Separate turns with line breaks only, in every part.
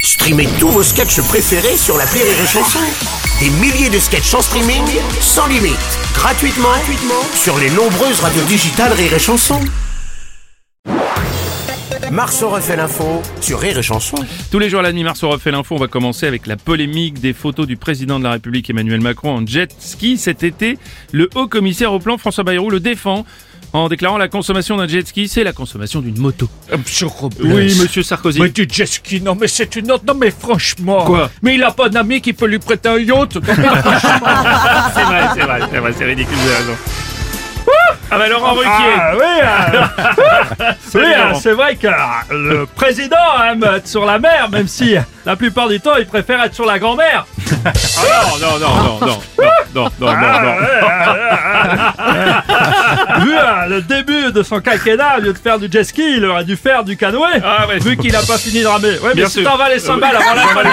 Streamez tous vos sketchs préférés sur la Rire et Chanson. Des milliers de sketchs en streaming, sans limite, gratuitement, gratuitement sur les nombreuses radios digitales Rire et Chanson. Marceau refait l'info sur Rire et Chanson.
Tous les jours à la demi-mars, on refait l'info. On va commencer avec la polémique des photos du président de la République Emmanuel Macron en jet ski cet été. Le haut commissaire au plan François Bayrou le défend en déclarant la consommation d'un jet ski, c'est la consommation d'une moto.
Monsieur Robles.
Oui, monsieur Sarkozy.
Mais du jet ski, non, mais c'est une autre. Non, mais franchement.
Quoi
Mais il a pas d'ami qui peut lui prêter un yacht. Non, mais
C'est vrai, c'est vrai, c'est vrai, c'est ridicule, vous avez raison. Ouh Ah bah Laurent Ruquier
ah, oui, ah, oui,
Salut,
ah,
Laurent.
c'est vrai que ah, le président aime être sur la mer, même si la plupart du temps, il préfère être sur la grand-mère.
Ah non, non, non, non, non, non, non, non, non, non.
Vu ah, le début de son quinquennat, au lieu de faire du jet ski, il aurait dû faire du canoë.
Ah ouais.
Vu qu'il a pas fini de ramer. Ouais,
Bien
mais si
sûr. Ah
t'en vas les 100 balles avant la fin de la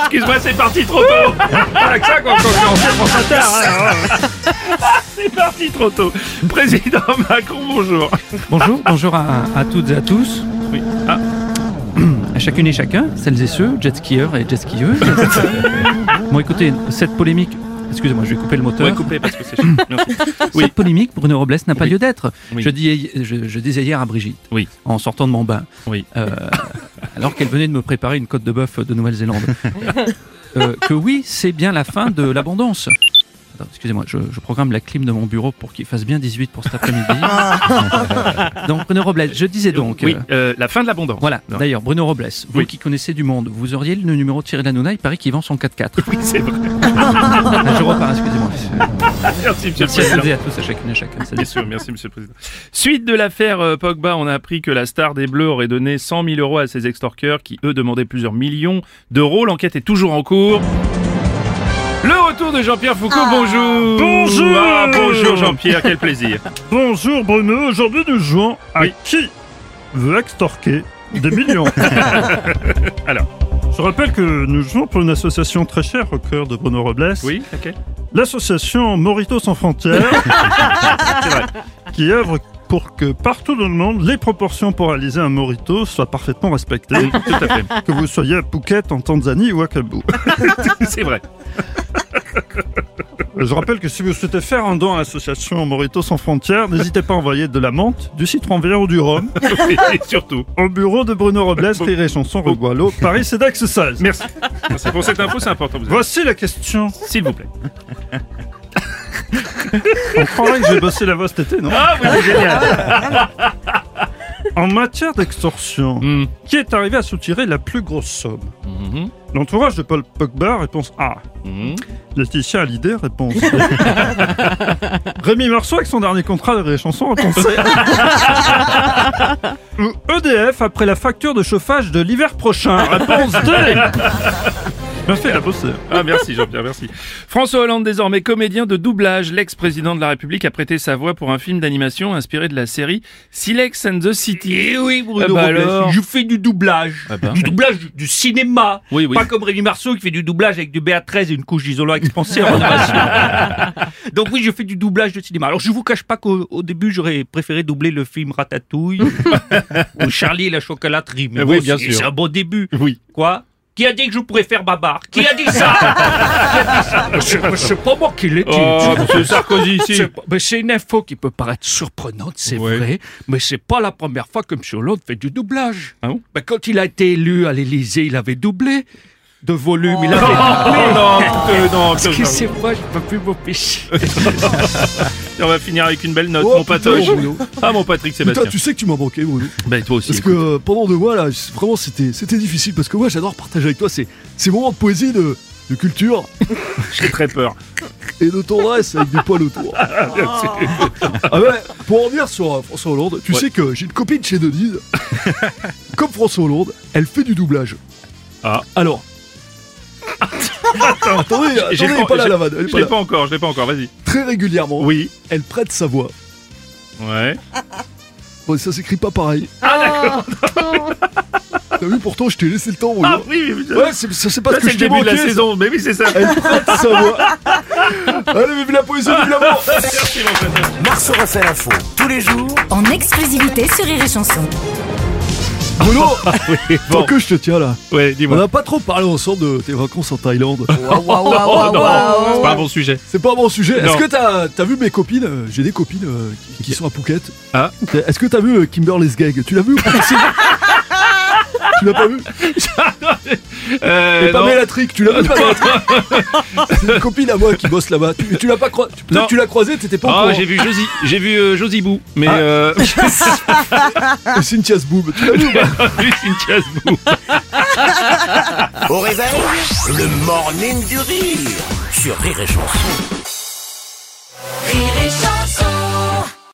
Excuse-moi, c'est parti trop tôt
Ah, avec ça, quoi, quand on fait pour sa terre, hein.
C'est parti trop tôt Président Macron, bonjour
Bonjour, bonjour à, à toutes et à tous,
Oui, ah,
à chacune et chacun, celles et ceux, jet skieurs et jet skieuses. bon, écoutez, cette polémique. Excusez-moi, je vais couper le
on
moteur.
va couper parce que c'est chiant. Merci. Oui.
Cette polémique, Bruno Robles n'a pas lieu d'être.
Oui.
Je, dis- je- je disais hier à Brigitte,
Oui.
en sortant de mon bain,
Oui.
euh, alors qu'elle venait de me préparer une côte de bœuf de Nouvelle-Zélande, euh, que oui, c'est bien la fin de l'abondance. Attends, Excusez-moi, je, je programme la clim de mon bureau pour qu'il fasse bien 18 pour cet après-midi. Euh, donc, Bruno Robles, je disais donc.
Oui,
euh,
euh, la fin de l'abondance.
Voilà,
Non.
d'ailleurs, Bruno Robles, vous
Oui.
qui connaissez du monde, vous auriez le numéro de Cyril Hanouna, il paraît qu'il vend son 4x4.
Oui, c'est vrai.
Ah, je repars, excusez-moi.
Merci, monsieur le
Merci à
Président.
toutes et à tous, à chacune et à chacun. Salut.
Bien sûr, merci Monsieur le Président. Suite de l'affaire euh, Pogba, on a appris que la star des Bleus aurait donné 100 000 euros à ses extorqueurs qui, eux, demandaient plusieurs millions d'euros. L'enquête est toujours en cours. Le retour de Jean-Pierre Foucault, bonjour
Bonjour.
Ah, Bonjour Jean-Pierre, quel plaisir
Bonjour Bruno, aujourd'hui nous jouons à
Oui.
qui veut extorquer des millions.
Alors.
Je rappelle que nous jouons pour une association très chère au cœur de Bruno Robles.
Oui, ok.
L'association Morito sans frontières.
vrai.
Qui œuvre pour que partout dans le monde, les proportions pour réaliser un Morito soient parfaitement respectées,
Tout à fait,
que vous soyez à Phuket, en Tanzanie ou à Kabou.
c'est vrai.
Je rappelle que si vous souhaitez faire un don à l'association Morito sans frontières, n'hésitez pas à envoyer de la menthe, du citron vert ou du rhum.
Oui, et surtout.
Au bureau de Bruno Robles, Rire et Chanson, Rue Boileau, Paris, Cedax 16.
Oh. Merci. Merci pour cette info, c'est important. vous avez-
Voici la question.
S'il vous plaît.
On croirait que j'ai bossé la voix cet été, non
Ah oui, c'est génial
En matière d'extorsion,
Hmm.
qui est arrivé à soutirer la plus grosse somme
Mhm.
L'entourage de Paul Pogba, réponse A.
Mhm.
Laetitia Hallyday, réponse B. Rémi Marceau avec son dernier contrat de Rire et Chanson, réponse C. Ou EDF après la facture de chauffage de l'hiver prochain, réponse D. Bien fait, la bossé.
Ah merci Jean-Pierre, merci. François Hollande désormais comédien de doublage, l'ex-président de la République a prêté sa voix pour un film d'animation inspiré de la série Silex and the City.
Eh oui, Bruno
Ah bah
Robles,
alors
je fais du doublage.
Ah bah.
Du doublage du- du cinéma.
Oui, oui.
Pas comme Rémi Marceau qui fait du doublage avec du BA13 et une couche d'isolant expansé en animation. Donc oui, je fais du doublage de cinéma. Alors je vous cache pas qu'au au début, j'aurais préféré doubler le film Ratatouille ou Charlie et la chocolaterie. Mais
Ah oui,
bon,
bien
c'est-
sûr.
c'est un bon début.
Oui.
Quoi qui a dit que je pourrais faire babar Qui a dit ça, Qui a dit ça Je je sais pas moi qui l'ai dit.
Oh, monsieur Sarkozy ici.
C'est pas- mais c'est une info qui peut paraître surprenante, c'est
Ouais.
vrai, mais c'est pas la première fois que M. Hollande fait du doublage.
Ah bon
Ben, quand il a été élu à l'Élysée, il avait doublé de volume. Il
Oh
avait...
Ah,
non, que- euh, non, que-
Qu'est-ce que c'est moi, je peux plus m'empêcher.
Et on va finir avec une belle note,
Oh,
mon
putain,
patoche.
Bruno.
Ah mon Patrick
Putain,
Sébastien.
tu sais que tu m'as manqué, Bruno.
Bah toi aussi.
Parce que euh, pendant deux mois, là, c- vraiment, c'était, c'était difficile. Parce que moi, j'adore partager avec toi ces, ces moments de poésie, de, de culture
J'ai très peur.
et de tendresse avec des poils autour. ah ouais, pour en revenir sur euh, François Hollande, tu
Ouais.
sais que j'ai une copine chez Denise. Comme François Hollande, elle fait du doublage.
Ah.
Alors. attendez, attendez,
j'ai
elle
pas-
est pas là,
j'ai-
la vanne. elle est
Je
pas
l'ai
là.
pas encore, je l'ai pas encore, vas-y.
Très régulièrement,
Oui.
elle prête sa voix.
Ouais.
Bon, ça s'écrit pas pareil. Ah d'accord T'as vu, pourtant, je t'ai laissé le temps, Bruno.
Ah oui, mais-
Ouais, c'est c'est- c'est pas
Là,
ce que
c'est le
je t'ai
début de la
manqué, ça.
saison. Mais oui, c'est ça.
Elle prête sa voix. Allez, vive la poésie, vive l'amour
Merci, mon Patrick.
Marceau refait l'info tous les jours
en exclusivité sur Rire et Chanson.
Bruno,
bon.
tant que je te tiens là,
Ouais,
on
dis-moi.
n'a pas trop parlé ensemble de tes vacances en Thaïlande.
Waouh, waouh,
Oh,
waouh,
non,
waouh.
c'est pas un bon sujet.
C'est pas un bon sujet.
Non.
Est-ce que t'as as vu mes copines euh, J'ai des copines euh, qui, qui sont à Phuket.
Ah.
Est-ce que t'as vu euh, Kimberly's Gag Tu l'as vu ou pas Tu l'as pas vu
Euh,
Et pas
non.
Mélatrique, tu l'as vu pas Mélatrique C'est une copine à moi qui bosse là-bas. Tu, tu l'as pas croisée
Non.
Tu l'as croisée, t'étais pas au
Ah,
courant.
j'ai vu Josie, j'ai vu euh, Josie Bou, mais euh,
Et Cynthia Boob, tu l'as vu ou pas
vu Cynthia Bou.
Au réveil, le morning du rire sur Rire et Chanson.
Rire et chanson.